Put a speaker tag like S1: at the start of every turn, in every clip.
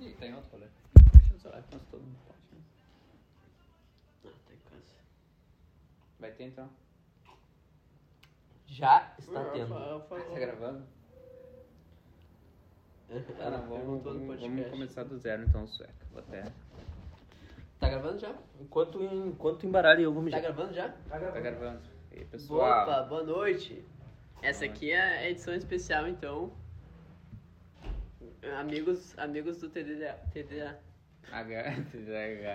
S1: Ih, tem outro rolê. Deixa eu zelar, mas todo mundo pode. né?
S2: Ah, tá em casa.
S1: Vai ter então?
S2: Já está
S3: Rafael
S2: tendo.
S3: falou.
S1: Tá gravando?
S2: Tá
S1: Ah, não, vamos,
S2: Perguntou no
S1: vamos,
S2: podcast.
S1: vamos começar do zero então, sueca. Vou até.
S2: Tá gravando já? Enquanto, enquanto embaralho eu vou
S3: Tá
S2: mijar.
S3: gravando já?
S1: Tá gravando. E aí, pessoal?
S3: Opa, boa noite. Essa aqui é a edição especial, então. Amigos, amigos do TDA, TDA,
S1: H.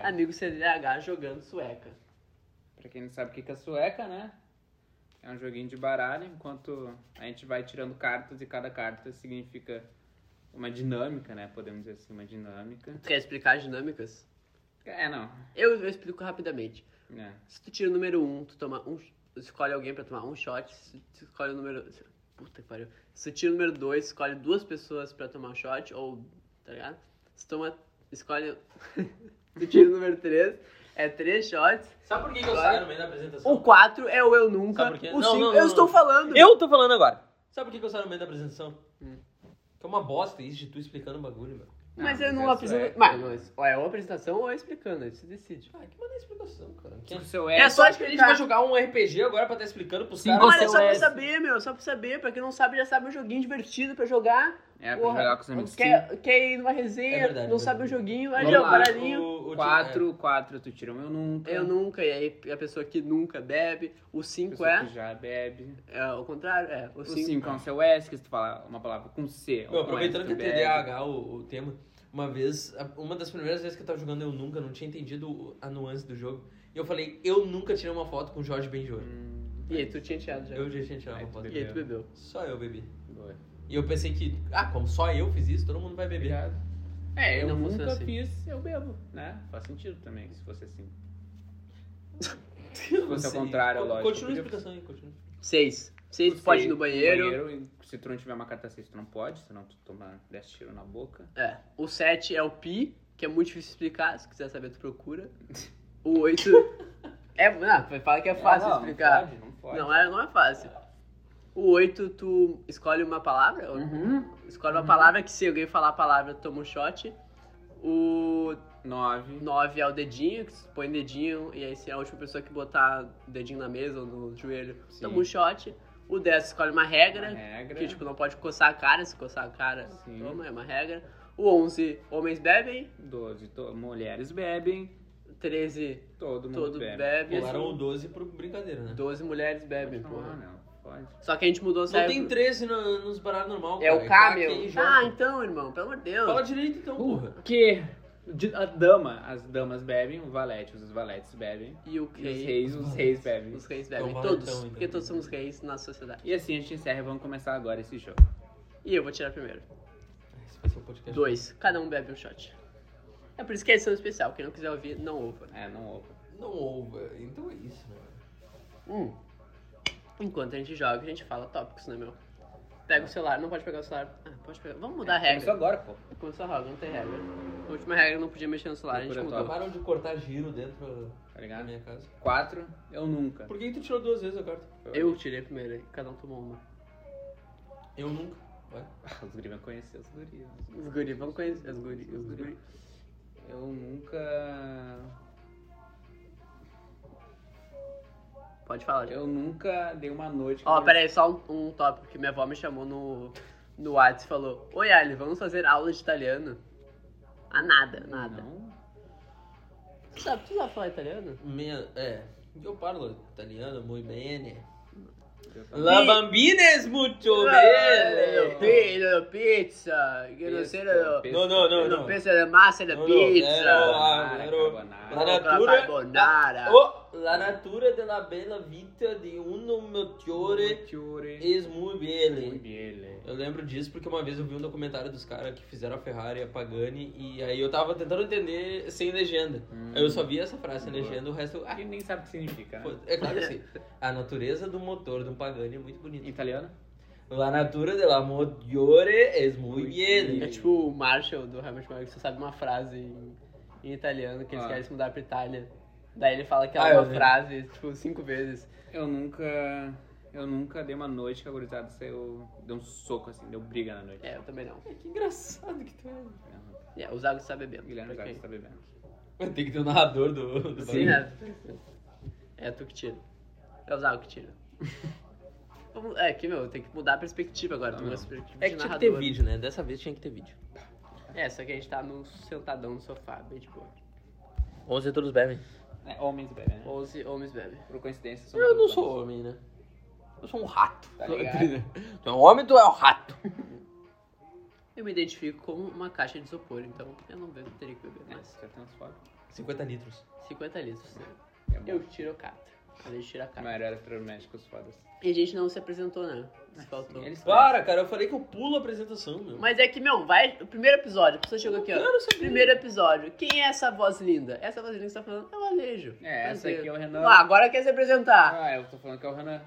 S3: amigos TDAH jogando sueca.
S1: pra quem não sabe o que que é sueca, né? É um joguinho de baralho, enquanto a gente vai tirando cartas e cada carta significa uma dinâmica, né? Podemos dizer assim, uma dinâmica.
S3: Tu quer explicar as dinâmicas?
S1: É, não.
S3: Eu, eu explico rapidamente.
S1: né?
S3: Se tu tira o número 1, um, tu toma um. tu Escolhe alguém pra tomar um shot. Se tu escolhe o número. Puta que pariu. Se tu tira o número 2, escolhe duas pessoas pra tomar um shot, ou. Tá ligado? Se toma. Escolhe. tu tira o número 3, é três shots.
S2: Sabe por que que eu
S3: Claro.
S2: saio no meio da apresentação?
S3: O 4 é o eu nunca.
S2: Sabe por quê?
S3: O
S2: Não,
S3: 5
S2: não,
S3: eu
S2: não,
S3: estou
S2: não.
S3: falando.
S2: Eu tô falando agora. Sabe por que que eu saio no meio da apresentação?
S3: Hum.
S2: Que é uma bosta isso de tu explicando o bagulho, meu.
S3: Mas
S1: Não,
S3: eu não
S1: mas é
S3: apresento.
S1: sueco.
S3: Mas não, isso- ou é ou apresentação ou é explicando, aí você decide.
S2: Ah, que maneira explicação, cara.
S1: Tipo, seu
S3: É
S1: é.
S3: só
S2: que a gente
S3: explicar.
S2: vai jogar um RPG agora pra estar explicando pros
S1: Sim,
S2: caras.
S1: você
S3: Olha, só
S1: é
S3: pra
S1: esse.
S3: saber, meu, só pra saber. Pra quem não sabe, já sabe um joguinho divertido pra jogar.
S1: É, pra
S3: Porra,
S1: jogar com os amigos.
S3: Quer, quer ir numa resenha,
S2: É verdade,
S3: não
S2: verdade.
S3: sabe o joguinho, aí
S1: Vamos
S3: ó,
S1: lá.
S3: baralhinho.
S2: O- o-
S1: 4, 4, tu tira um eu nunca.
S3: Eu nunca, e aí a pessoa que nunca bebe. O 5
S1: Pessoa que
S3: é,
S1: já bebe.
S3: é ao contrário, é. O
S1: O 5 é
S3: 5
S1: um seu S, que se tu falar uma palavra com C. ou
S2: Meu,
S1: com
S2: aproveitando
S1: S,
S2: que é
S1: tu bebe.
S2: TDAH o, o tema, uma vez, a- uma das primeiras vezes que eu tava jogando Eu Nunca, não tinha entendido o- a nuance do jogo. E eu falei, eu nunca tirei uma foto com o Jorge Benjor.
S1: Hum,
S3: E aí, tu tinha tirado já.
S2: Eu já tinha tirado
S1: Aí
S2: uma
S1: tu
S2: foto.
S3: E aí, tu bebeu.
S2: Só eu bebi.
S1: boa.
S2: E eu pensei que, ah, como só eu fiz isso, todo mundo vai beber.
S1: Obrigado. É, eu
S3: Não funciona
S1: nunca
S3: assim.
S1: fiz, eu bebo, né? Faz sentido também, se fosse assim.
S2: Se
S1: fosse ao contrário, é lógico.
S2: Continua a explicação aí, continua.
S3: 6. 6 tu pode ir no banheiro.
S1: e se tu não tiver uma carta 6, tu não pode, senão tu toma 10 tiros na boca.
S3: É. O 7 é o pi, que é muito difícil explicar. Se quiser saber, tu procura. O 8 é. Não, fala que é fácil
S1: Ah, não,
S3: explicar.
S1: Não pode, não pode.
S3: Não, é, não é fácil. O 8, tu escolhe uma palavra. ou-
S1: Uhum.
S3: Escolhe uma palavra que se alguém falar a palavra, tu toma um shot. O
S1: 9.
S3: 9 é o dedinho, que tu põe dedinho, e aí se é a última pessoa que botar o dedinho na mesa ou no joelho,
S1: Sim.
S3: toma um shot. O 10 escolhe uma regra,
S1: Regra.
S3: que tipo, não pode coçar a cara, se coçar a cara,
S1: Sim.
S3: toma, é uma regra. O 11, homens bebem.
S1: 12. to- Mulheres bebem,
S3: 13,
S1: todo mundo
S3: todo
S1: bebe.
S3: bebe.
S2: Pularam o 12 pro brincadeira, né?
S3: 12 mulheres bebem,
S1: Pode né? tomar,
S3: porra.
S1: não. Pode.
S3: Só que a gente mudou o
S1: é
S2: Não
S3: cérebro.
S2: tem 13 no- nos baralhos normal,
S3: É
S2: cara. Tá
S3: o
S2: K,
S3: K, meu.
S2: Q e J.
S3: Ah, então, irmão, pelo amor de Deus.
S2: Fala direito então, porra.
S1: O que? De- A dama, as damas bebem, o valete, os valetes bebem.
S3: E o
S1: E os
S3: rei.
S1: reis, os reis bebem.
S3: Os reis bebem.
S2: Então,
S3: todos.
S2: então, então.
S3: porque todos somos reis na sociedade.
S1: E assim a gente encerra e vamos começar agora esse jogo.
S3: E eu vou tirar primeiro.
S2: Esse vai ser o podcast.
S3: Dois. Cada um bebe um shot. É por isso que é edição especial. Quem não quiser ouvir, não ouva.
S1: É, não ouva.
S2: Não ouve. Então é isso, né?
S3: Hum. Enquanto a gente joga, a gente fala tópicos, né, meu? Pega o celular. Não pode pegar o celular. Ah, pode pegar. Vamos mudar a
S1: É, Começou
S3: regra.
S1: agora, pô.
S3: Começou a regra, não tem regra. A última regra não podia mexer no celular, a gente
S1: Procura
S3: mudou.
S1: tópico.
S2: Acabaram de cortar giro dentro
S1: Tá
S2: da
S3: Uhum.
S1: ligado?
S2: minha casa.
S1: 4, eu nunca.
S2: Por que tu tirou duas vezes a carta?
S3: Eu tirei primeiro, e cada um tomou uma.
S2: Eu nunca. Vai.
S1: Ah, Os guris vão conhecer os guris. os guris.
S3: Os guri, vamos conhecer os guri. Os guri.
S1: Eu nunca.
S3: Pode falar, já.
S1: Eu nunca dei uma noite.
S3: Ó,
S1: com-
S3: pera aí, só um, um tópico que minha avó me chamou no, no WhatsApp e falou: Oi, Ali, vamos fazer aula de italiano? Ah, nada, nada.
S1: Não.
S3: Tu sabe, tu sabe falar italiano?
S2: Minha, é. Eu parlo italiano, muito bem.
S1: Eu tava-
S2: La bambines muito
S3: Ah, Filho,
S2: bem.
S3: filho, pizza, que não
S1: assim,
S3: sei, não,
S1: Pizza,
S2: Não, não, não,
S3: não
S2: não.
S3: pensa na massa da
S2: Não, não,
S3: pizza.
S2: era-
S1: Carbonara,
S2: era-
S3: Outra
S2: natura-
S3: carbonara.
S2: Oh, la natura della bella vita di uno motore
S1: Fiore.
S2: es muy belle.
S1: Biele.
S2: Eu lembro disso porque uma vez eu vi um documentário dos caras que fizeram a Ferrari e a Pagani e aí eu tava tentando entender sem legenda.
S1: Hum.
S2: Aí Eu só vi essa frase sem
S1: Boa.
S2: legenda, o resto. Ah,
S1: Ninguém sabe o que significa, né?
S2: foda- é claro que sim. A natureza do motor de um Pagani é muito
S1: Em
S2: bonita.
S1: Italiano?
S2: La natura della motore es muy
S1: Muito
S2: belle.
S3: É tipo o Marshall do Hamilton Mark, você sabe uma frase em, em italiano que eles
S1: Ah.
S3: querem se mudar pra Itália. Daí ele fala
S2: Ah,
S3: aquela
S2: eu
S3: uma
S2: vi.
S3: frase, tipo, cinco vezes.
S1: Eu nunca. Eu nunca dei uma noite que a gurizada saiu. Deu um soco assim, deu briga na noite.
S3: É, eu também não.
S2: Que engraçado que tu é.
S1: Não,
S3: É, o Zago está bebendo.
S1: o Guilherme
S3: pra
S1: Zago
S3: quem-
S1: está bebendo.
S2: Vai ter que ter o narrador do, do
S3: Sim,
S2: bagulho.
S3: é. É tu que tira. É o Zago que tira. Vamos- É que, meu, tem que mudar a perspectiva agora.
S1: Não,
S3: duas
S1: Ah, não.
S3: perspectivas
S2: É
S3: de
S2: que tinha que ter
S3: narrador.
S2: vídeo, né? Dessa vez tinha que ter vídeo.
S3: É, só que a gente tá no sentadão no sofá, bem de boa.
S2: 11 todos bebem.
S1: É, homens bebem, né?
S3: 11 homens bebem.
S1: Por coincidência, somos
S2: Eu não
S1: todos
S2: sou
S1: homens.
S2: homem, né? Eu sou um rato.
S1: Tá ligado?
S2: tu é um homem, tu é um rato.
S3: Eu me identifico como uma caixa de isopor, então eu não bebo, teria que beber
S1: É,
S3: mais.
S1: você tem uns focos.
S2: 50 litros.
S3: 50 litros. né?
S1: É bom.
S3: Eu que tiro o cata. A gente tira a
S1: A
S3: cata.
S1: maioria era eletrodomésticos fodas.
S3: E a gente não se apresentou, né? Isso faltou.
S1: Eles
S2: Para, cara, eu falei que eu pulo a apresentação, meu.
S3: Mas é que, meu, vai. O primeiro episódio, a pessoa chegou aqui, ó.
S2: quero saber.
S3: Primeiro episódio. Quem é essa voz linda? Essa voz linda que você tá falando é o Alejo.
S1: É, essa aqui é o Renan.
S3: Ah, agora quer se apresentar.
S1: Ah, eu tô falando que é o Renan.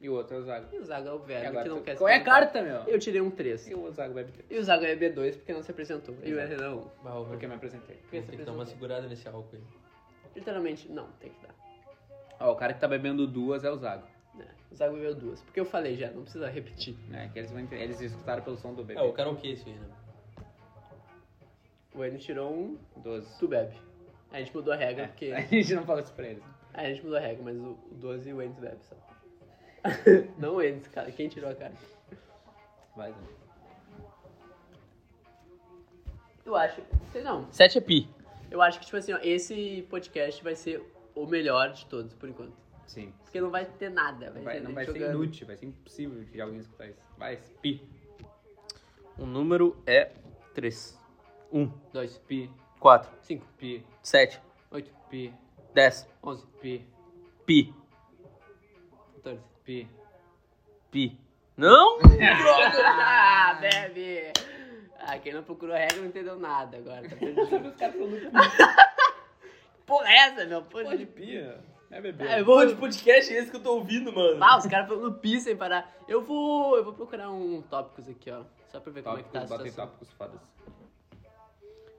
S1: E o outro é o Zago.
S3: E o Zago é o
S1: E
S3: velho
S1: agora
S3: que não
S1: tu-
S3: quer se
S1: Qual é a
S3: apresentar.
S1: carta, meu?
S3: Eu tirei um 3.
S1: E o Zago bebe
S3: E o Zago é B2 porque não se apresentou. E o
S1: Exato.
S3: Renan 1.
S2: Bah, ô, meu,
S1: porque eu me apresentei.
S2: tem que dar uma segurada nesse álcool aí.
S3: Literalmente, não, tem que dar.
S1: Ó, o cara que tá bebendo duas é o Zago.
S3: né? O Zago bebeu duas. Porque eu falei já, não precisa repetir.
S1: Né? Que eles vão entender. Eles escutaram pelo som do bebê.
S2: É, o karaokê isso aí, né?
S3: O Enio tirou um,
S1: Doze.
S3: tu bebe. A gente mudou a regra, porque.
S1: A gente não fala isso pra eles.
S3: A gente mudou a regra, mas o, o 12 e o Enzo bebe só. não o Enzo, cara. Quem tirou a cara?
S1: Vai, Zago.
S3: Eu acho. Sei não.
S2: 7 é pi.
S3: Eu acho que, tipo assim, ó, esse podcast vai ser o melhor de todos, por enquanto.
S1: Sim.
S3: Porque não vai ter nada. Vai,
S1: Não vai,
S3: ter
S1: não
S3: gente
S1: vai ser
S3: jogando.
S1: inútil, vai ser impossível de alguém escutar isso. Vai, pi.
S2: O número é Um. 3. 1,
S3: Dois,
S1: Pi,
S2: 4,
S3: cinco,
S1: pi,
S2: 7,
S3: oito,
S1: pi,
S2: 10,
S3: onze,
S1: pi,
S2: pi,
S3: 14.
S1: pi.
S2: pi. Não?
S3: Ah, bebe! Ah, quem não procurou a regra não entendeu nada agora. Tá perdido.
S1: Os caras falando
S3: Porra, é essa, meu? Porra
S1: de pi, é bebê.
S3: Ah, eu vou...
S2: Pô, de podcast é esse que eu tô ouvindo, mano?
S3: Ah, os caras falando pi sem parar. Eu vou, eu vou procurar um tópicos aqui, ó. Só pra ver como é que tá a
S1: Tópicos, bater
S3: situação.
S1: tópicos fodas.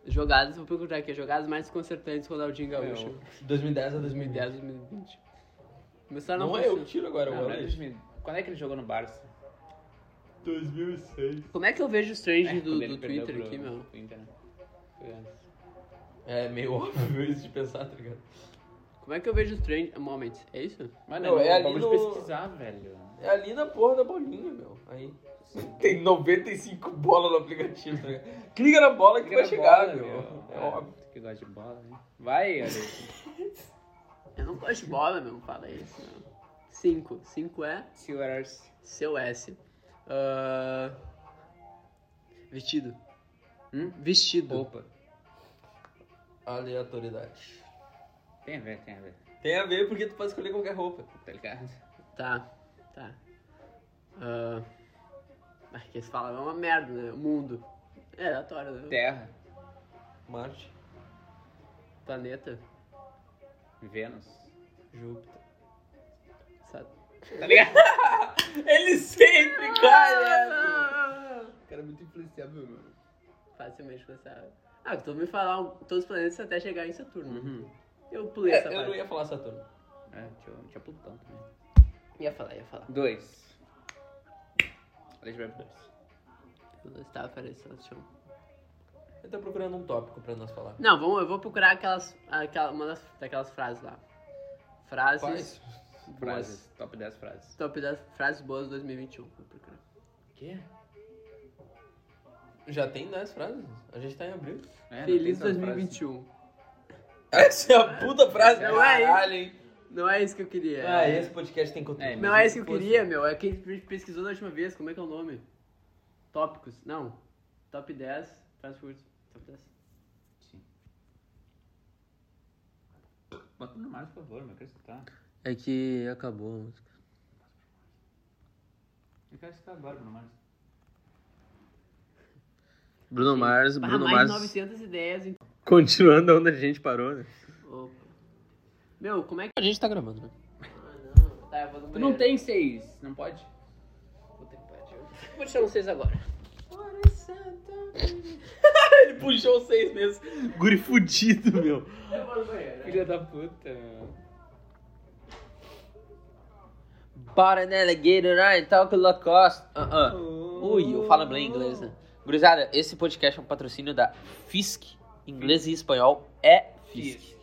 S3: Jogadas, vou procurar aqui. Jogadas mais desconcertantes Ronaldinho Gaúcho.
S1: Meu.
S2: 2010 a
S3: 2010,
S2: 2010.
S3: 2020. Começar
S2: Não, é, eu tiro agora,
S1: Não,
S2: mano.
S1: não é dois mil- Quando é que ele jogou no Barça?
S2: 2006.
S3: Como é que eu vejo os trends
S1: É,
S3: do,
S1: quando ele
S3: do
S1: perdeu
S3: Twitter
S1: pro-
S3: aqui, meu?
S1: pro Inter, né? Foi antes.
S2: É meio óbvio isso de pensar, tá ligado?
S3: Como é que eu vejo os trends. Moment, é isso?
S1: Mano,
S2: Não,
S1: é
S2: é ali
S1: bagulho
S2: no-
S1: de pesquisar, velho.
S2: É ali na porra da bolinha, meu. Aí. Tem 95 bolas no aplicativo, tá ligado? Clica na bola que
S1: Porque
S2: vai
S1: na
S2: chegar,
S1: bola,
S2: meu. É óbvio.
S1: Tu Que gosta de bola, né? Vai, olha.
S3: Eu não gosto de bola, meu. Fala isso, meu. 5. 5 é
S1: Steelers.
S3: seu S. Ah, Vestido.
S1: Hum?
S3: Vestido.
S1: Opa.
S2: Aleatoriedade.
S1: Tem a ver, tem a ver.
S2: Tem a ver porque tu pode escolher qualquer roupa.
S1: Tá ligado?
S3: Tá, tá. Ah, Mas que eles falam é uma merda, né? O mundo. É aleatório, né?
S1: Terra.
S2: Marte,
S3: Planeta.
S1: Vênus.
S2: Júpiter.
S3: Sabe?
S1: Tá ligado?
S2: Ele sempre cai, né?
S1: O cara é muito influenciável, mano.
S3: Facilmente pensava. Ah, tu me falar um- todos os planetas até chegar em Saturno.
S1: Uhum.
S3: Eu pulei essa
S2: É, eu
S3: parte.
S2: não ia falar Saturno.
S1: É, tinha, tinha Plutão também.
S3: Ia falar, ia falar.
S1: Dois. Deixa eu ver pro dois.
S3: Eu estava aparecendo. deixa eu-
S2: Eu tô procurando um tópico pra nós falar.
S3: Não, vamos, eu vou procurar aquelas, aquela, uma das, daquelas frases lá. Frases.
S2: Quais?
S3: boas.
S1: Frases. Top 10 frases.
S3: Top 10 frases boas de 2021. Vou procurar.
S1: Quê?
S2: Já tem 10 frases? A gente tá em abril.
S1: É, não
S3: Feliz
S1: tem tantas
S3: 2021.
S2: Essa é a puta frase do
S3: Não é isso.
S2: caralho, hein?
S3: Não é isso que eu queria.
S2: Ah, esse podcast tem conteúdo.
S1: É,
S3: Não é isso que eu queria, meu. É que a gente pesquisou da última vez. Como é que é o nome? Tópicos. Não. Top 10 frases curtas. Top 10.
S1: frases. Bota no mar, por favor, meu. Eu quero escutar.
S2: É que acabou a música.
S1: Eu quero escutar agora, no mar.
S2: Bruno Mars,
S3: Ah, mais de 900 ideias. Em...
S2: continuando onde a gente parou, né?
S3: Opa. Meu, como é que.
S2: A gente tá gravando, né?
S3: Tá, eu vou no
S1: Tu não
S3: banheiro.
S1: tem seis, não pode?
S3: Puta que pariu. Vou tirar vocês agora.
S2: Ele puxou seis meses. Guri fudido, meu. né?
S3: Eu vou no banheiro.
S1: Filha da puta, meu.
S2: Bought an alligator, I né, talk Lacoste. Uh -uh. Ui, eu falo bem inglês, né? Gurizada, esse podcast é um patrocínio da FISC. Inglês e espanhol é FISC.
S1: Isso.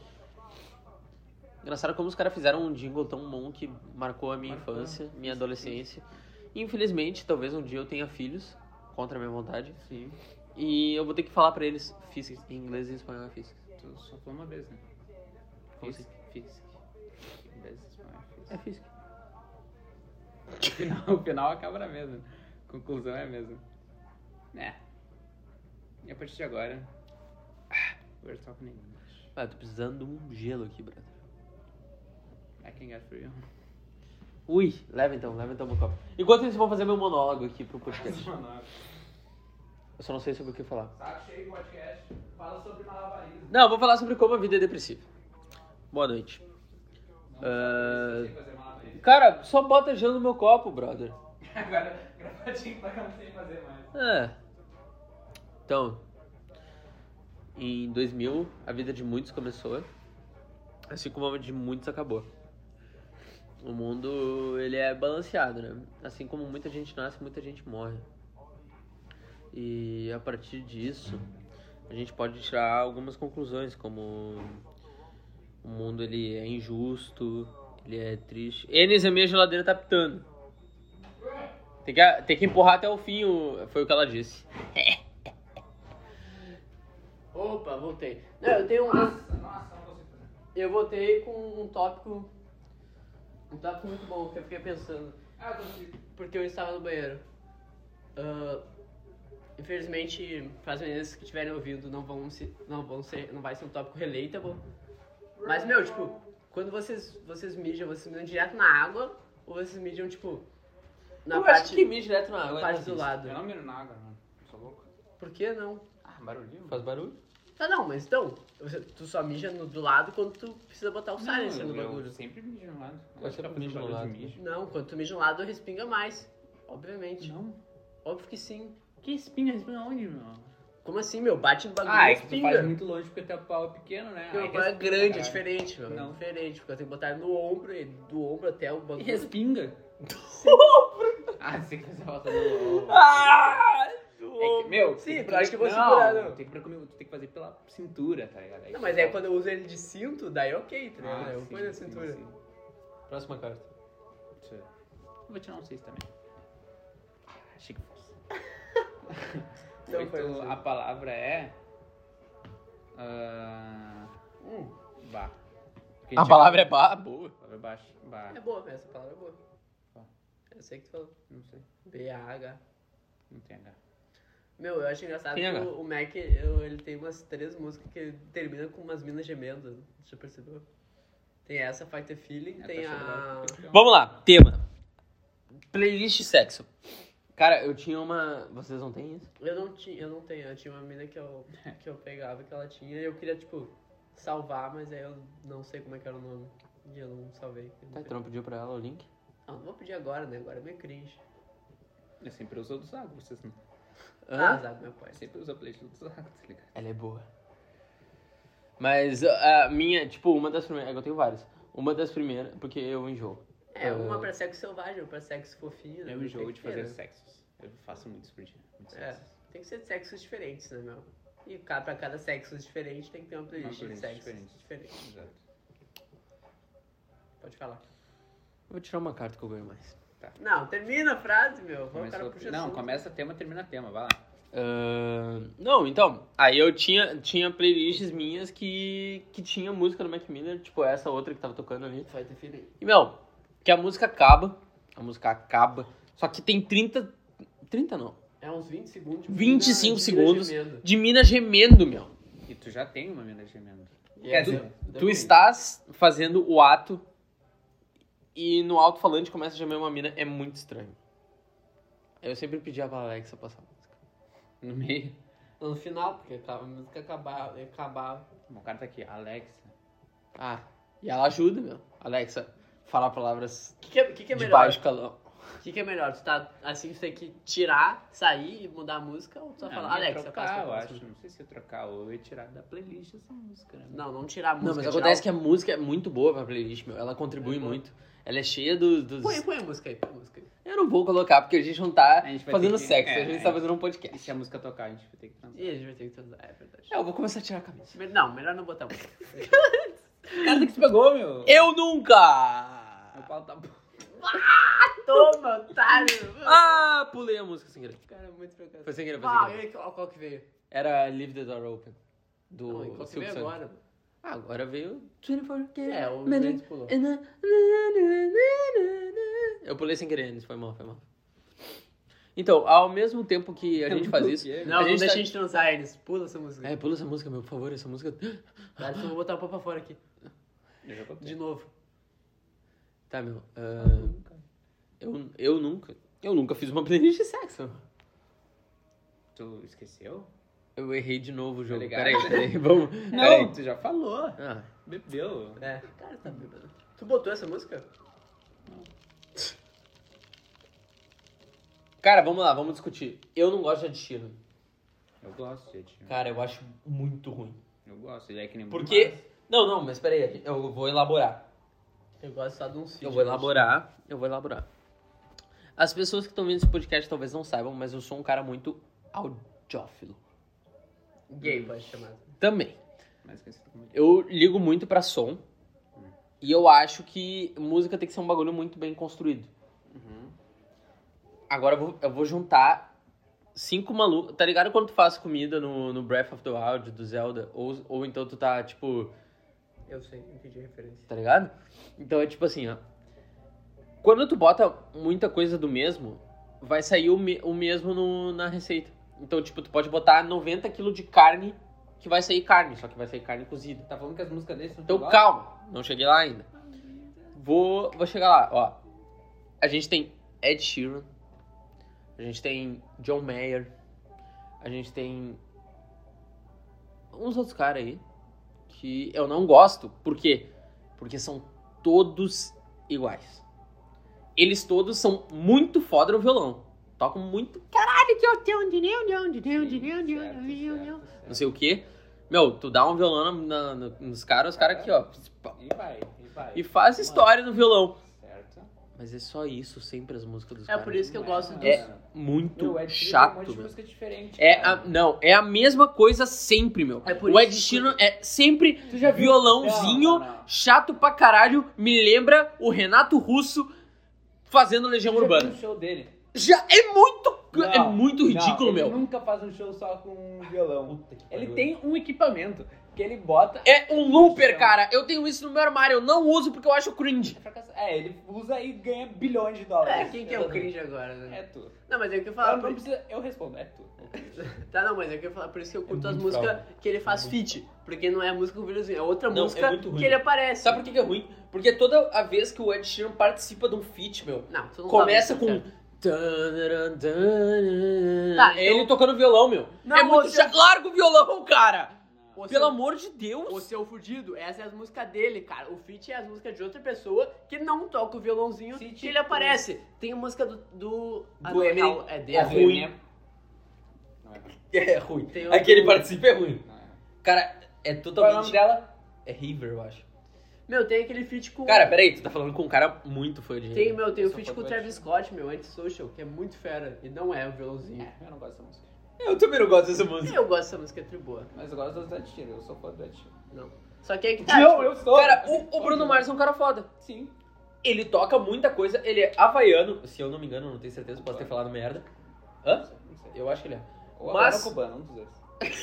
S2: Engraçado como os caras fizeram um jingle tão bom que marcou a minha
S1: Marcou.
S2: infância, minha adolescência. E, infelizmente, talvez um dia eu tenha filhos, contra a minha vontade.
S1: Sim,
S2: E eu vou ter que falar pra eles FISC, em inglês e espanhol é FISC.
S1: tu só falou uma vez, né?
S2: Como assim?
S1: Fisk, Fisk. Inglês, espanhol, Fisk.
S2: É FISC.
S1: O final, o final acaba na mesma. Conclusão é a mesma. Né? E a partir de agora. ah, We're talking English.
S2: Ah, eu tô precisando de um gelo aqui, brother.
S1: I can get for you.
S2: Ui, leva então, leva então meu copo. Enquanto eles vão fazer meu monólogo aqui pro
S1: é
S2: podcast. Eu só não sei sobre o que falar.
S1: Saco Tá cheio podcast. Fala sobre malabarismo.
S2: Não, eu vou falar sobre como a vida é depressiva. Boa noite. Ah,
S1: fazer malabarismo.
S2: cara, só bota gelo no meu copo, brother.
S1: Agora, gravadinho pra cá não sei fazer mais.
S2: É. Então, em 2000, a vida de muitos começou, assim como a de muitos acabou. O mundo, ele é balanceado, né? Assim como muita gente nasce, muita gente morre. E a partir disso, a gente pode tirar algumas conclusões, como o mundo ele é injusto, ele é triste. Enes, a minha geladeira tá pitando. Tem que, tem que empurrar até o fim, o- foi o que ela disse.
S3: Opa, voltei. Não, eu tenho um.
S1: Nossa, não consigo fazer.
S3: Eu voltei com um tópico. Um tópico muito bom que eu fiquei pensando.
S1: Ah, eu consigo.
S3: Porque eu estava no banheiro. Ah, infelizmente, para as meninas que estiverem ouvindo, não vão se, não vão ser, não vai ser um tópico relatable. Mas meu, tipo, quando vocês vocês mijam, vocês mijam direto na água ou vocês mijam tipo na
S2: eu
S3: parte
S2: acho que mijo direto na
S3: na
S2: água. é
S3: parte
S2: difícil.
S3: do lado?
S1: Eu não miro na água, mano. Sou louco.
S3: Por que não?
S1: Ah, barulhinho?
S2: Faz barulho?
S3: Tá não, mas então, você- tu só mija no, do lado quando tu precisa botar o
S1: um
S3: silence no
S1: eu,
S3: bagulho.
S1: eu sempre mijo no lado.
S2: Eu sempre
S1: Tá fazendo
S2: mijo no
S1: barulho de
S2: lado.
S1: mijo.
S3: Não, quando tu mija no lado, respinga mais. Obviamente.
S1: Não.
S3: Óbvio que sim.
S1: Que espinha? Espinha onde, meu?
S3: Como assim, meu? Bate no bagulho
S1: Ah,
S3: e
S1: é que tu
S3: respinga.
S1: faz muito longe porque teu pau é pequeno, né?
S3: Meu
S1: Aí
S3: pau é
S1: respinga,
S3: grande, é
S1: cara.
S3: diferente, meu.
S1: Não.
S3: É diferente, porque eu tenho que botar no ombro e do ombro até o
S1: E
S3: bagulho. É
S1: respinga. ah, você que você bota no...
S2: Ah!
S1: É que, meu,
S3: Sim,
S1: tem
S3: eu acho que eu vou
S1: não,
S3: segurar, não.
S1: Tem que, procurar- tu tem que fazer pela cintura, tá ligado? Aí
S3: Não, mas aí quando eu uso ele de cinto, daí ok, tá ligado?
S1: Ah,
S3: eu
S1: sim,
S3: ponho na
S1: sim,
S3: cintura.
S1: sim.
S2: Próxima carta.
S1: Deixa eu- eu Vou tirar um 6 também. Ah, Achei que fosse.
S3: Não Então foi
S1: Então,
S3: um seis.
S1: a palavra é. ah,
S3: Hum,
S1: Bah. Porque
S2: A
S1: gente-
S2: palavra é ba boa.
S1: A palavra é baixo. Bah.
S3: é boa, essa palavra é boa.
S1: Tá.
S3: Eu sei que tu falou.
S1: Não sei.
S3: BH.
S1: Não tem H. É
S3: Meu, eu acho engraçado
S2: Tem
S3: que
S2: H.
S3: o, o Mac, eu- ele tem umas três músicas que termina com umas minas gemendo. Você percebeu? Tem essa, Fight the Feeling,
S1: É,
S3: tem
S1: tá
S3: a...
S1: chegando.
S2: Vamos lá, tema. Playlist sexo. Cara, eu tinha uma. Vocês não têm isso?
S3: Eu não tinha, eu não tenho, eu tinha uma mina que eu, que eu pegava que ela tinha e eu queria, tipo, salvar, mas aí eu não sei como é que era o nome. E eu não salvei. Eu
S2: Tá,
S3: não,
S2: tu não pediu pra ela o link?
S3: não, não vou pedir agora, né? Agora é meio cringe.
S1: Eu É sempre uso o do Zago, vocês não.
S3: Ah,
S2: Hã?
S3: Zago, meu pai.
S1: Eu sempre uso a playlist do Zago, tá ligado?
S2: Ela é boa. Mas uh, a minha, tipo, uma das primeiras. é que Eu tenho várias. Uma das primeiras, porque eu enjoo.
S3: É, uma
S2: Ah.
S3: pra sexo selvagem, uma pra sexo fofinho, né?
S1: Eu
S3: Tem
S1: enjoo
S3: que
S1: É um de
S3: ter,
S1: fazer
S3: né?
S1: sexos. Eu faço muitos por dia. Muitos
S3: É,
S1: sexos.
S3: tem que ser de sexos diferentes, né, meu? E ca- pra cada sexo diferente tem que ter uma
S1: Uma
S3: playlist de
S1: playlist
S3: sexos
S1: diferente.
S3: diferentes.
S1: Exato.
S3: Pode falar.
S2: Eu vou tirar uma carta que eu ganho mais.
S3: Não, termina a frase, meu. Vamos
S1: Começou-
S3: cara puxa
S1: Não,
S3: assunto.
S1: começa tema, termina tema, vai lá.
S2: Ahn, não, então, aí eu tinha, tinha playlists minhas que, que tinha música do Mac Miller, tipo essa outra que tava tocando ali.
S3: Fight the Feeling.
S2: E, meu, que a música acaba, a música acaba, só que tem 30, 30 não,
S3: É uns 20 segundos. de
S2: 25
S3: mina- de mina
S2: segundos
S3: gemendo.
S2: de mina gemendo, meu.
S1: E tu já tem uma mina gemendo.
S3: E
S1: Quer
S3: aí,
S1: dizer,
S3: meu,
S2: Tu
S3: depende.
S2: estás fazendo o ato e no alto-falante começa a gemer uma mina, é muito estranho. Eu sempre pedia pra Alexa passar a música.
S1: No meio.
S3: No final, porque a música acabava. acabava.
S1: O cara tá aqui, Alexa.
S2: Ah, e ela ajuda, meu. Alexa, fala palavras
S3: O que, que, é- que, que é
S2: de
S3: melhor?
S2: baixo calão.
S3: O que, que é melhor? Tu tá assim, tu tem que tirar, sair e mudar a música ou tu só
S1: Não,
S3: falar,
S1: Ah, ia
S3: Alex, eu
S1: trocar,
S3: passo pra
S1: eu
S3: próxima?
S1: acho. Não sei se eu trocar ou eu tirar da playlist essa música, né?
S3: Não, não tirar a música.
S2: Não, mas acontece que a música é muito boa pra playlist, meu. Ela contribui muito. Ela é cheia do- dos.
S3: Põe, põe a música aí, põe a música aí.
S2: Eu não vou colocar, porque a gente não tá
S1: A gente vai
S2: fazendo
S1: ter que-
S2: sexo,
S1: é,
S2: a gente
S1: é.
S2: tá fazendo um
S1: E
S2: podcast.
S1: se a música tocar, a gente vai ter que transar.
S3: Ih, a gente vai ter que transar, é verdade.
S2: É, eu vou começar a tirar a camisa.
S3: Me- Não, melhor não botar música.
S1: Cara, que se pegou, meu?
S2: Eu nunca!
S1: Meu pau tá bom.
S3: Toma, otário!
S2: Ah, pulei a música sem querer.
S3: Cara, é muito fracassado.
S2: Foi sem querer, foi sem
S3: Ah, e
S2: querer.
S3: aí, qual, qual que veio?
S2: Era Leave the Door Open. Do
S3: Não, e qual que
S2: Silk
S3: veio
S2: Sonic.
S3: agora?
S2: Ah, agora veio 24 K.
S3: É, o
S2: Minute.
S3: Mendes pulou.
S2: Eu pulei sem querer, Enes, foi mal, foi mal. Então, ao mesmo tempo que a gente faz isso.
S3: Não,
S2: a
S3: não
S2: gente
S3: deixa
S2: tá-
S3: a gente transar, eles. Pula essa música.
S2: É, pula essa música, meu, por favor, essa música.
S3: Cara, eu vou botar o pau pra fora aqui.
S1: Eu já botei.
S3: De novo.
S2: Tá, meu. ah, eu, eu nunca. Eu nunca fiz uma playlist de sexo.
S1: Tu esqueceu?
S2: Eu errei de novo o jogo.
S3: Tá
S1: ligado.
S2: Peraí, peraí, vamos.
S1: Não,
S2: Peraí.
S1: tu já falou.
S2: Ah,
S1: Bebeu.
S3: É. Cara, tá bêbado. Tu botou essa música?
S2: Cara, vamos lá, vamos discutir. Eu não gosto de destino.
S1: Eu gosto, gente.
S2: Cara, eu acho muito ruim.
S1: Eu gosto, ele é que nem
S2: Porque. Não, não, mas peraí, eu vou elaborar.
S3: Eu gosto só de um feat.
S2: Eu vou elaborar, eu vou elaborar. As pessoas que estão vendo esse podcast talvez não saibam, mas eu sou um cara muito audiófilo.
S3: Gay, pode chamar.
S2: Também.
S1: Mas esqueci como é que-
S2: Eu ligo muito pra som. E eu acho que música tem que ser um bagulho muito bem construído.
S1: é. Uhum.
S2: Agora eu vou, eu vou juntar cinco malucos. Tá ligado quando tu faz comida no, no Breath of the Wild do Zelda? Ou, ou então tu tá, tipo,
S3: Eu sei, entendi a referência.
S2: tá ligado? Então é tipo assim, ó. Quando tu bota muita coisa do mesmo, vai sair o, me- o mesmo no- na receita. Então, tipo, tu pode botar 90 kg de carne, que vai sair carne, só que vai sair carne cozida.
S1: Tá falando que as músicas dele são
S2: Então calma, não cheguei lá ainda. Vou, vou chegar lá, ó. A gente tem Ed Sheeran, a gente tem John Mayer, a gente tem uns outros caras aí que eu não gosto, por quê? Porque são todos iguais. Eles todos são muito foda no violão. Tocam muito. Caralho, que eu tenho, de neu, neu, de neu, de neu, neu, neu, neu, neu não sei o que Meu, tu dá um violão na- na- nos caras, os caras aqui, ó.
S1: E vai, e vai.
S2: E faz história no violão.
S1: Certo.
S2: Mas é só isso, sempre as músicas dos
S3: É
S2: caras.
S3: por isso que eu gosto
S1: Não,
S3: dos...
S2: É
S1: não.
S2: Muito
S1: Meu, Ed Sheeran tem um monte
S2: chato,
S1: de
S2: meu.
S1: música diferente.
S2: É
S1: cara.
S2: a, não, é a mesma coisa sempre, meu.
S3: É por
S2: o Ed
S3: isso que-
S2: Sheeran é sempre
S1: Tu já viu? Ah,
S2: violãozinho,
S1: Não, não, não.
S2: chato pra caralho. Me lembra o Renato Russo fazendo Legião
S1: Eu já vi
S2: Urbana.
S1: um show dele.
S2: Já é muito. é
S1: Não,
S2: muito ridículo,
S1: não,
S2: meu.
S1: Ele nunca faz um show só com violão. Ele tem um equipamento que ele bota.
S2: É um looper, cara. Eu tenho isso no meu armário. Eu não uso porque eu acho cringe.
S1: É, ele usa e ganha bilhões de
S3: É,
S1: dólares.
S3: quem que é o cringe agora,
S1: É
S3: né?
S1: tu.
S3: Não, mas é o que eu
S1: Eu,
S3: falo.
S1: não precisa, eu respondo, é tu.
S3: Tá, não, mas é o que eu falo. Por isso que eu curto as
S2: muito
S3: músicas
S2: fraco.
S3: que ele faz feat. Porque não é a música com o videozinho, é outra
S2: Não, é
S3: música
S2: muito ruim.
S3: que ele aparece.
S2: Sabe por que, que é ruim? Porque toda a vez que o Ed Sheeran participa de um feat, meu,
S3: Não, tu não
S2: começa
S3: sabe,
S2: com.
S3: cara.
S2: Tá,
S3: então-
S2: ele tocando violão, meu.
S3: Não,
S2: é muito
S3: você-
S2: chato. Larga o violão, cara!
S3: Ô, seu-
S2: Pelo amor de Deus!
S3: Ô seu fudido, essa é as músicas dele, cara. O feat é as músicas de outra pessoa que não toca o violãozinho
S1: Feat
S3: que ele
S1: com-
S3: aparece. Tem a música do. Do,
S2: tipo- Do
S3: não,
S2: Eminem.
S3: não, É dele.
S2: É ruim.
S1: Não é, não
S2: É ruim.
S3: Tem
S2: Aquele
S3: outro-
S2: participa é ruim.
S1: é.
S2: Cara, é
S1: Qual é o nome
S2: totalmente.
S1: dela?
S2: É River, eu acho.
S3: Meu, tem aquele feat com.
S2: Cara, peraí, tu tá falando com um cara muito fã de River.
S3: tem, meu, tem o
S1: só
S3: feat
S1: pode
S3: com o
S1: baixar.
S3: Travis Scott, meu, Antisocial, que é muito fera. E não é o violãozinho.
S1: É, eu não gosto dessa música.
S2: Eu também não gosto dessa música.
S3: Eu gosto dessa música, é triboa.
S1: Mas eu gosto das do Ed Sheeran, eu sou fã do Ed Sheeran.
S3: Não. Só que aí que tá. tipo,
S1: sou.
S2: Cara, o, o Bruno Mars é um cara foda.
S1: Sim.
S2: Ele toca muita coisa, ele é havaiano, se eu não me engano, não tenho certeza, posso ter falado merda. Hã?
S1: Não sei.
S2: Eu acho que ele é.
S1: Ou
S2: Mas-
S1: Mas... agora cubano, um dos dois.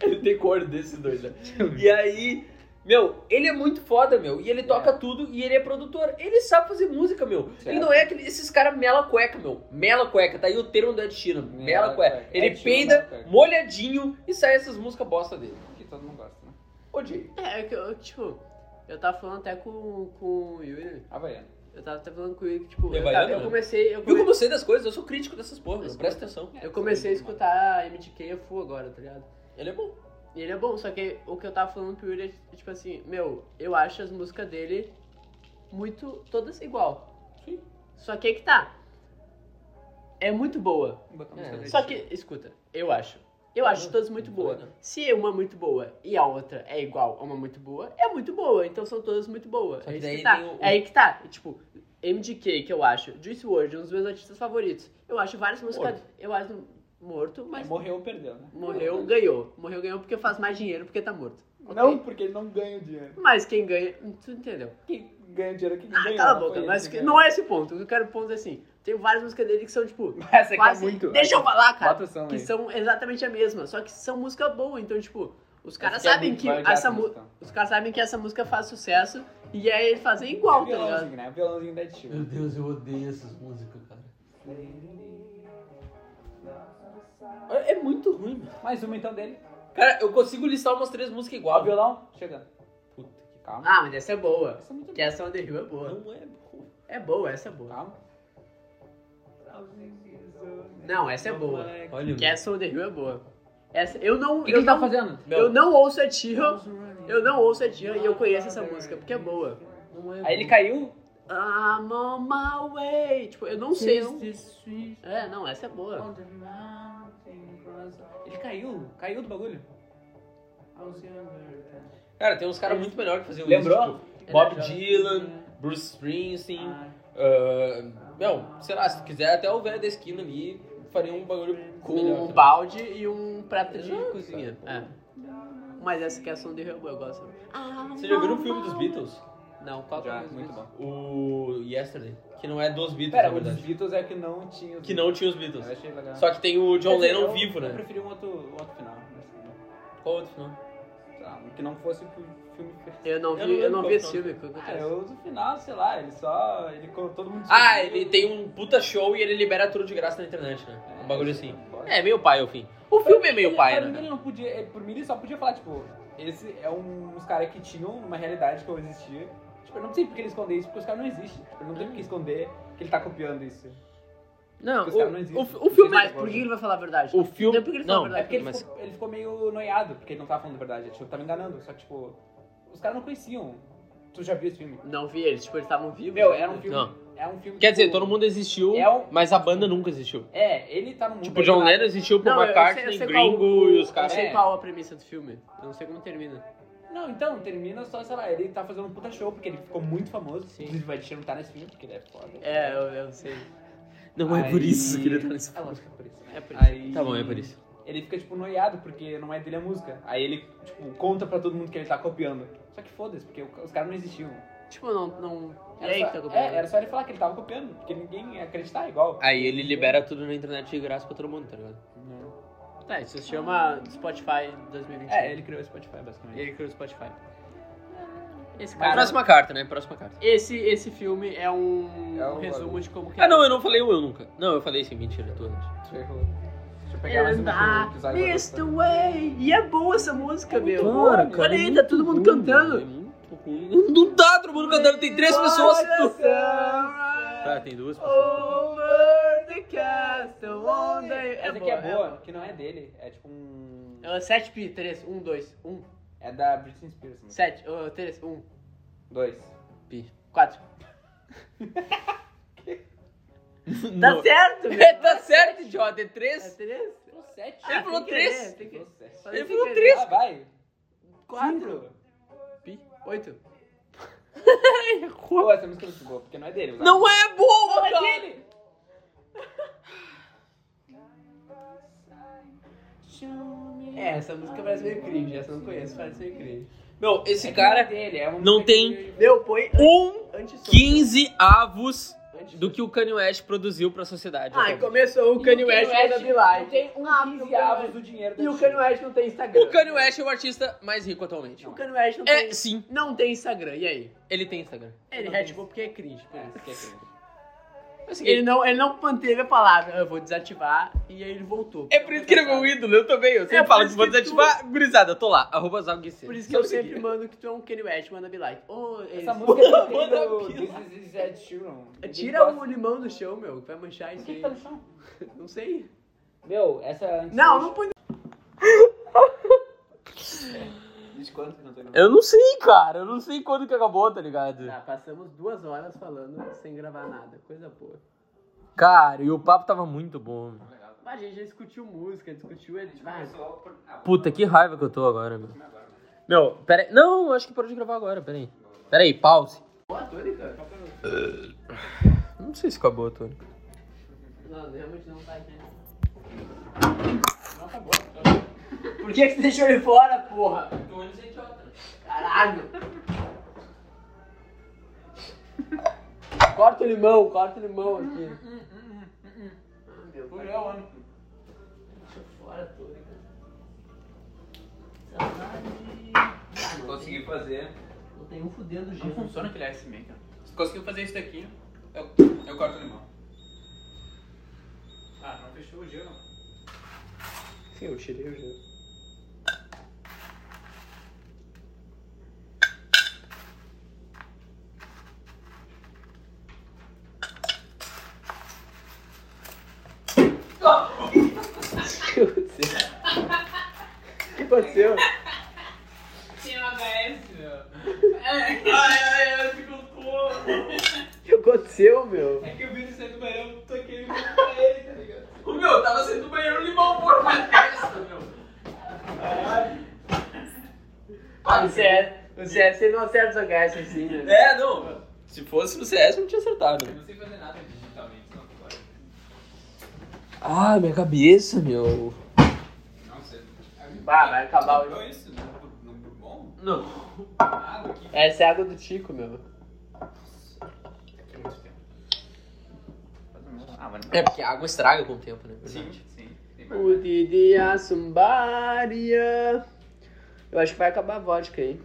S2: Ele tem cor desses dois, né? E aí, meu, ele é muito foda, meu. E ele toca tudo e ele é produtor. Ele sabe fazer música, meu. Ele
S1: Certo.
S2: não é aquele, esses caras mela cueca, meu. Mela cueca, tá aí o termo do Ed Sheeran. Mela,
S1: Mela
S2: cueca.
S1: cueca.
S2: Ele
S1: Ed Sheeran,
S2: peida
S1: mela é cueca.
S2: molhadinho e sai essas músicas bosta dele.
S1: Que todo mundo gosta, né?
S2: Odiei.
S3: É, é que eu, tipo, eu tava falando até com, com o Yuri. né?
S1: Havaiano.
S3: Eu tava até falando com o Yuri que, tipo, eu,
S2: Levaiana,
S3: tava- eu
S2: né?
S3: comecei. Eu
S2: Viu
S3: comecei,
S2: como eu sei das coisas? Eu sou crítico dessas porras, presta atenção.
S3: eu comecei a escutar MTK a full agora, tá ligado?
S2: Ele é bom.
S3: E ele é bom, só que o que eu tava falando pro Yuri é tipo assim, meu, eu acho as músicas dele muito. todas igual.
S1: Sim.
S3: Só que aí que tá. é muito boa.
S4: Vou botar
S2: É,
S4: música
S3: Só
S4: triste.
S3: que, escuta, eu acho. Eu acho todas muito
S2: não
S3: boas.
S2: falei não.
S3: Se uma é muito boa e a outra é igual a uma muito boa, é muito boa. Então são todas muito boas.
S2: Só
S3: É
S2: que
S3: isso
S2: daí
S3: que tá.
S2: tem o-
S3: É aí que tá. E, Tipo, MDK, que eu acho, Juice WRLD, um dos meus artistas favoritos. Eu acho várias músicas.
S2: Morto. É
S3: Eu acho morto, mas.
S1: Morreu ou perdeu, né?
S3: Morreu, ganhou. Morreu, ganhou porque faz mais dinheiro porque tá morto. Ok?
S1: Não, porque ele não ganha o dinheiro.
S3: Mas quem ganha. Tu entendeu?
S1: Quem ganha dinheiro é quem
S3: Ah,
S1: ganha.
S3: cala a
S1: não
S3: boca.
S1: foi
S3: Mas
S1: ele
S3: que-
S1: que
S3: não
S1: ganhou.
S3: é esse o ponto. O que eu quero ponto é assim. Tem várias músicas dele que são, tipo,
S4: Essa aqui é
S3: quase.
S4: muito.
S3: Deixa eu falar, cara.
S4: Bota o som
S3: que
S4: aí.
S3: são exatamente a mesma, só que são música boa, então tipo, os caras
S4: Essa aqui é
S3: sabem
S4: muito
S3: que
S4: mais de
S3: essa é
S4: ato,
S3: mu-
S4: então.
S3: os caras sabem que essa música faz sucesso e aí eles fazem igual, tá ligado?
S1: Violãozinho, né? Violãozinho da Tio.
S2: Meu Deus, eu odeio essas músicas, cara. É muito ruim, mano.
S1: Mais uma então dele.
S2: Cara, eu consigo listar umas três músicas
S1: Ó,
S2: igual.
S1: o violão. Chega.
S2: Puta que
S4: Calma.
S3: Ah, mas essa é boa.
S1: Essa é muito
S3: Que essa on the Hill é boa.
S2: não é bom.
S3: É boa, essa é boa.
S4: Calma.
S3: Não, essa é boa.
S2: Olha,
S3: Que essa on the Hill é boa. Essa eu não
S4: O que, que
S3: eu
S4: ele tá
S3: não,
S4: fazendo?
S3: eu não ouço a Tira. Eu não ouço a Tira e eu conheço essa música porque é boa.
S2: não é
S1: Aí ele caiu.
S3: I'm on my way. Tipo, eu não sei. eu não- É, não, essa é boa.
S1: Ele caiu. Caiu do bagulho.
S2: Cara, tem uns caras muito melhor que faziam isso.
S1: Lembrou?
S2: Tipo, Bob
S3: Ele é
S2: Dylan, Bruce Springsteen. ah, meu, sei lá, se tu quiser, até o velho da esquina ali faria um bagulho
S3: Com
S2: melhor.
S3: um balde e um prato de
S2: Exato.
S3: cozinha. É. Mas essa que é a som de Rebel, eu gosto.
S2: Você já viu o filme dos Beatles?
S3: Não, qual que é
S4: Já,
S3: o nome
S4: muito
S3: disso?
S4: bom.
S2: O Yesterday. Que não é dos Beatles,
S1: Pera,
S2: na
S1: o dos
S2: verdade.
S1: Beatles é que não tinha. os
S2: Que não tinha os
S1: Eu
S2: Beatles.
S1: achei legal.
S2: Só que tem o John
S1: Quer dizer,
S2: Lennon
S1: eu-
S2: vivo,
S1: Eu
S2: né?
S1: preferi um outro, outro final. mas,
S2: Qual outro final?
S1: sei lá, um que não fosse o filme perfeito.
S3: Eu não vi,
S2: Eu
S3: eu
S2: não
S3: não vi
S2: lembro qual
S3: esse
S2: que é o
S3: filme. qual que é o
S1: Ah,
S3: outro?
S1: eu no final, sei lá, ele só. Ele colocou todo mundo.
S2: Ah, ele tem um puta show e ele libera tudo de graça na internet, né? Um bagulho assim. É, meio pai o fim. O filme é meio pai,
S1: pra mim,
S2: né?
S1: ele não podia. ele- Por mim, ele só podia falar, tipo, esse é um, uns caras que tinham uma realidade que eu existia. Tipo, eu não sei por que ele esconder isso, porque os caras não existem. Tipo, ele não tem por que esconder que ele tá copiando isso.
S2: Não,
S1: Porque os caras não existem.
S2: o, o, o filme.
S3: Mas é- por que ele vai falar a verdade?
S2: O filme.
S3: Não, porque ele
S2: Não,
S3: fala a
S1: É
S3: verdade.
S1: porque ele,
S2: mas-
S1: ficou, ele ficou meio noiado, porque ele não tava falando a verdade. Ele achou que tava enganando. Só que, tipo, os caras não conheciam. Tu já viu esse filme?
S3: Não vi eles, tipo, eles estavam vivos.
S1: Meu, era um filme.
S2: Não.
S1: É um filme
S2: Quer dizer,
S1: tipo,
S2: todo mundo existiu,
S1: É um-
S2: mas a banda nunca existiu.
S1: É, ele tá no mundo.
S2: Tipo, John
S1: original.
S2: Lennon existiu por
S3: Tipo, Não, eu- eu sei- eu
S2: McCartney,
S3: sei
S2: Gringo
S3: qual-
S2: e os
S3: Eu
S2: caras.
S3: sei
S1: é.
S3: qual a premissa do filme. Eu não sei como termina.
S1: Não, então, termina só, sei lá, ele tá fazendo um puta show, porque ele ficou muito famoso. Inclusive, vai te tá nesse filme, porque ele é foda.
S3: É, eu, eu sei.
S2: Não é por isso que ele tá nesse
S1: É lógico que é por isso, né?
S3: É por isso.
S1: Aí-
S2: Tá bom, é por isso.
S1: Ele fica, tipo, noiado, porque não é dele a música. Aí ele, tipo, conta pra todo mundo que ele tá copiando. Só que foda-se, porque o- os caras não existiam.
S3: Tipo, não. não... E
S1: Era
S3: aí
S1: só,
S3: que tá
S1: é, era
S3: copiando?
S1: só ele falar que ele tava copiando, porque ninguém ia acreditar igual.
S2: Aí ele libera tudo na internet de graça pra todo mundo, tá ligado?
S1: Não.
S3: Tá, isso se chama Spotify 2021.
S1: É, ele criou o Spotify, basicamente.
S3: Ele criou o um, Spotify. Esse
S1: Mas
S3: cara.
S2: Próxima carta, né? Próxima carta.
S3: Esse, esse filme é um,
S1: É um
S3: resumo
S1: bagulho.
S3: de como que é.
S2: Ah, não, eu não falei o eu nunca. Não, eu falei sim, mentira, tu antes.
S1: Deixa eu pegar mais um uma que o Zay
S3: Mr. Way. tá E é boa essa música, meu.
S2: boa, cara,
S3: Olha aí, tá todo mundo
S2: É
S3: cantando.
S2: muito ruim. Não dá todo mundo cantando, tem três pessoas. Tá,
S3: Over
S2: tem duas pessoas.
S3: the castle on the...
S1: Essa aqui é boa, que não é dele. É tipo um...
S3: É 7 p 3, 1, 2, 1,
S1: É da Britney Spears. mano.
S3: 7, 3, 1,
S1: Dois.
S2: Pi.
S3: 4. Tá
S2: Não.
S3: certo,
S2: É,
S3: meu. Ah,
S2: tá certo, idiota, é
S3: É
S2: três.
S3: 3?
S1: Falou sete.
S2: Ele falou três. Ele falou
S1: Ah, vai.
S3: 4,
S1: Cinco.
S3: 8.
S1: Pô, essa música é muito boa, porque não é dele.
S2: Não é boa,
S1: é
S2: cara.
S1: dele!
S3: É, essa música parece meio cringe, essa eu não conheço, parece meio cringe.
S2: Meu, esse
S1: que
S2: cara
S1: é dele, é uma
S2: não
S1: música
S2: tem-
S1: que-
S3: Meu, põe
S2: um
S3: antes
S2: 15 avos
S3: antes
S2: do que o Kanye West produziu pra sociedade.
S3: Ai, começou o Kanye West e a
S1: não
S3: Billie
S1: tem um
S3: Ah, e o Kanye
S1: avos do dinheiro da
S3: E o
S1: China.
S3: Kanye West não tem Instagram.
S2: o Kanye West é o artista mais rico atualmente.
S3: O Kanye West não
S2: É,
S3: tem...
S2: sim,
S3: Não tem Instagram, e aí?
S2: ele tem Instagram.
S3: Ele
S1: Não tem.
S3: Red Bull porque é cringe. por
S1: É,
S3: isso.
S1: isso que é cringe.
S2: É
S3: Ele não, ele não manteve a palavra, eu vou desativar, e aí ele voltou.
S2: É por isso que ele é meu ídolo, eu também. Eu sempre
S3: É por
S2: falo que
S3: isso
S2: vou
S3: que
S2: desativar. Gurizada, eu tô lá. Arroba Zalguice.
S3: Por isso que eu sempre mando que tu é um Kanye West, manda be like. Oh,
S1: Essa
S3: esse-
S1: música é dele
S2: Manda
S1: do
S2: pila.
S1: This is Ed Sheeran. Ninguém
S3: É, Tira o
S1: gosta.
S3: limão do chão, meu, que vai manchar
S1: Por
S3: isso
S1: que
S3: aí.
S1: que tá no chão?
S3: Não sei.
S1: Meu, essa... antes
S3: Não,
S1: de-
S3: não põe.
S1: Desde quando que não tô gravando?
S2: Eu não sei, cara. Eu não sei quando
S3: Ah,
S2: que acabou, tá ligado?
S3: Tá, passamos duas horas falando sem gravar nada, coisa boa.
S2: Cara, e o papo tava muito bom. meu.
S3: Mas a gente já discutiu música, discutiu ele. tipo, ah, vai.
S2: Puta, que raiva que eu tô agora, meu. Meu, pera aí. Não, acho que parou de gravar agora, pera aí. Pera aí, pause.
S3: tá
S2: Não sei se acabou a tônica.
S3: Não, realmente não tá aqui.
S2: Por que, que você deixou ele fora, porra?
S3: Caralho! corta o limão, corta o limão aqui. Ah, meu pai. Deixa fora tudo, cara. Saudade.
S1: Consegui fazer.
S3: Não tem um fudendo
S1: Não
S3: gelo.
S1: funciona aquele ASMR, cara. Se conseguiu fazer isso daqui, eu, eu corto o limão. Ah, não fechou o gelo.
S3: Sim, eu tirei o gelo. O que aconteceu?
S1: Tinha uma HS, meu. Ai, ai, ai, ficou pouco.
S3: O que aconteceu, meu?
S1: É que eu vi ele sair do banheiro, eu toquei o limão pra ele, tá ligado? O meu, tava saindo do banheiro, o limão por na testa, meu.
S3: Ah, o CS, o CS você não acerta os HS assim, né?
S2: É, não. Se fosse no CS, eu não tinha acertado.
S1: Eu não sei fazer nada digitalmente, não, agora.
S2: Ah, minha cabeça, meu.
S1: Não sei.
S3: Bah, vai acabar
S1: Sobrou
S3: hoje.
S1: isso né? no, no Bourbon?
S2: Não.
S1: Água aqui.
S3: Essa é a água do Tico, meu.
S1: Aqui é muito tempo. Ah, mas
S2: É, porque a água estraga com o tempo, né?
S1: Sim, sim. Tem mais nada.
S3: Udidia Sumbaria. Eu acho que vai acabar a vodka aí.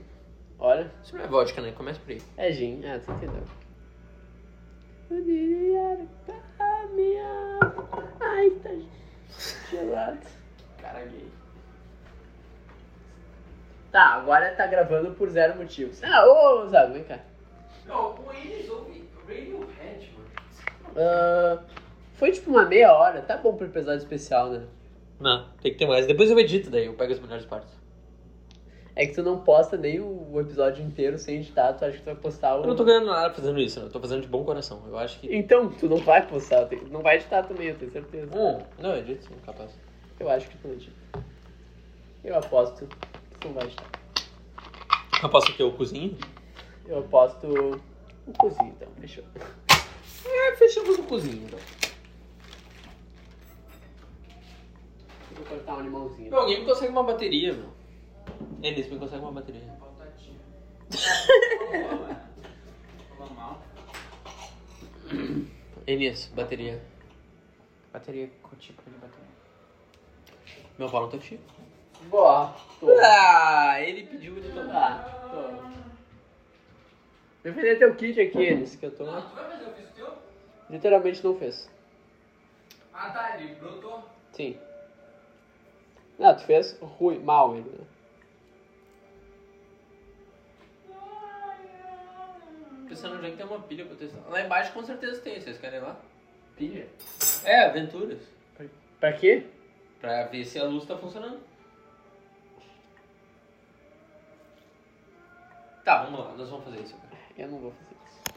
S3: Olha.
S2: Isso não é vodka, né? Começa por aí.
S3: É gin. Ah, tu entendeu. Udidia Sumbaria. Ai, tá gelado.
S1: Cara gay.
S3: Tá, agora tá gravando por zero motivos. Ah, ô, Zago, vem cá.
S1: Não, com eles ouve Radiohead, mano.
S3: Ah, foi tipo uma meia hora. Tá bom pro episódio especial, né?
S2: Não, tem que ter mais. Depois eu edito daí, eu pego as melhores partes.
S3: É que tu não posta nem o o episódio inteiro sem editar. Tu acha que tu vai postar o...
S2: Eu não tô ganhando nada fazendo isso, né? Eu tô fazendo de bom coração. Eu acho que.
S3: Então, tu não vai postar. eu tenho- Não vai editar também, eu tenho certeza.
S2: Hum, não, eu edito sim, capaz.
S3: Eu acho que tu não edita. Eu aposto que tu não vai editar.
S2: Eu posso que eu cozinho?
S3: Eu aposto um cozinho, então. Fechou.
S2: É, fechamos o cozinho, então.
S3: Eu vou cortar um limãozinho.
S2: Meu, alguém me consegue uma bateria, meu. Eles me consegue uma bateria.
S1: Batatinha. Falou mal.
S2: Enes, bateria.
S1: Bateria, qual tipo de bateria?
S2: Meu pau não tá cheio.
S3: Boa. Tô.
S2: Ah, ele pediu de
S3: Ah, tô. Eu vender teu kit aqui, eles, que eu tô...
S1: tu vai fazer o fiz o teu?
S3: Literalmente não fez.
S1: Ah tá, ele brotou.
S3: Sim. Não, tu fez ruim, mal ele, né?
S2: Pensando já que tem uma pilha pra testar. Lá embaixo com certeza tem, vocês querem ir lá?
S3: Pilha.
S2: É, aventuras.
S3: Pra quê?
S2: Pra ver se a luz tá funcionando. Tá, vamos lá, nós vamos fazer isso. cara.
S3: Eu não vou fazer isso.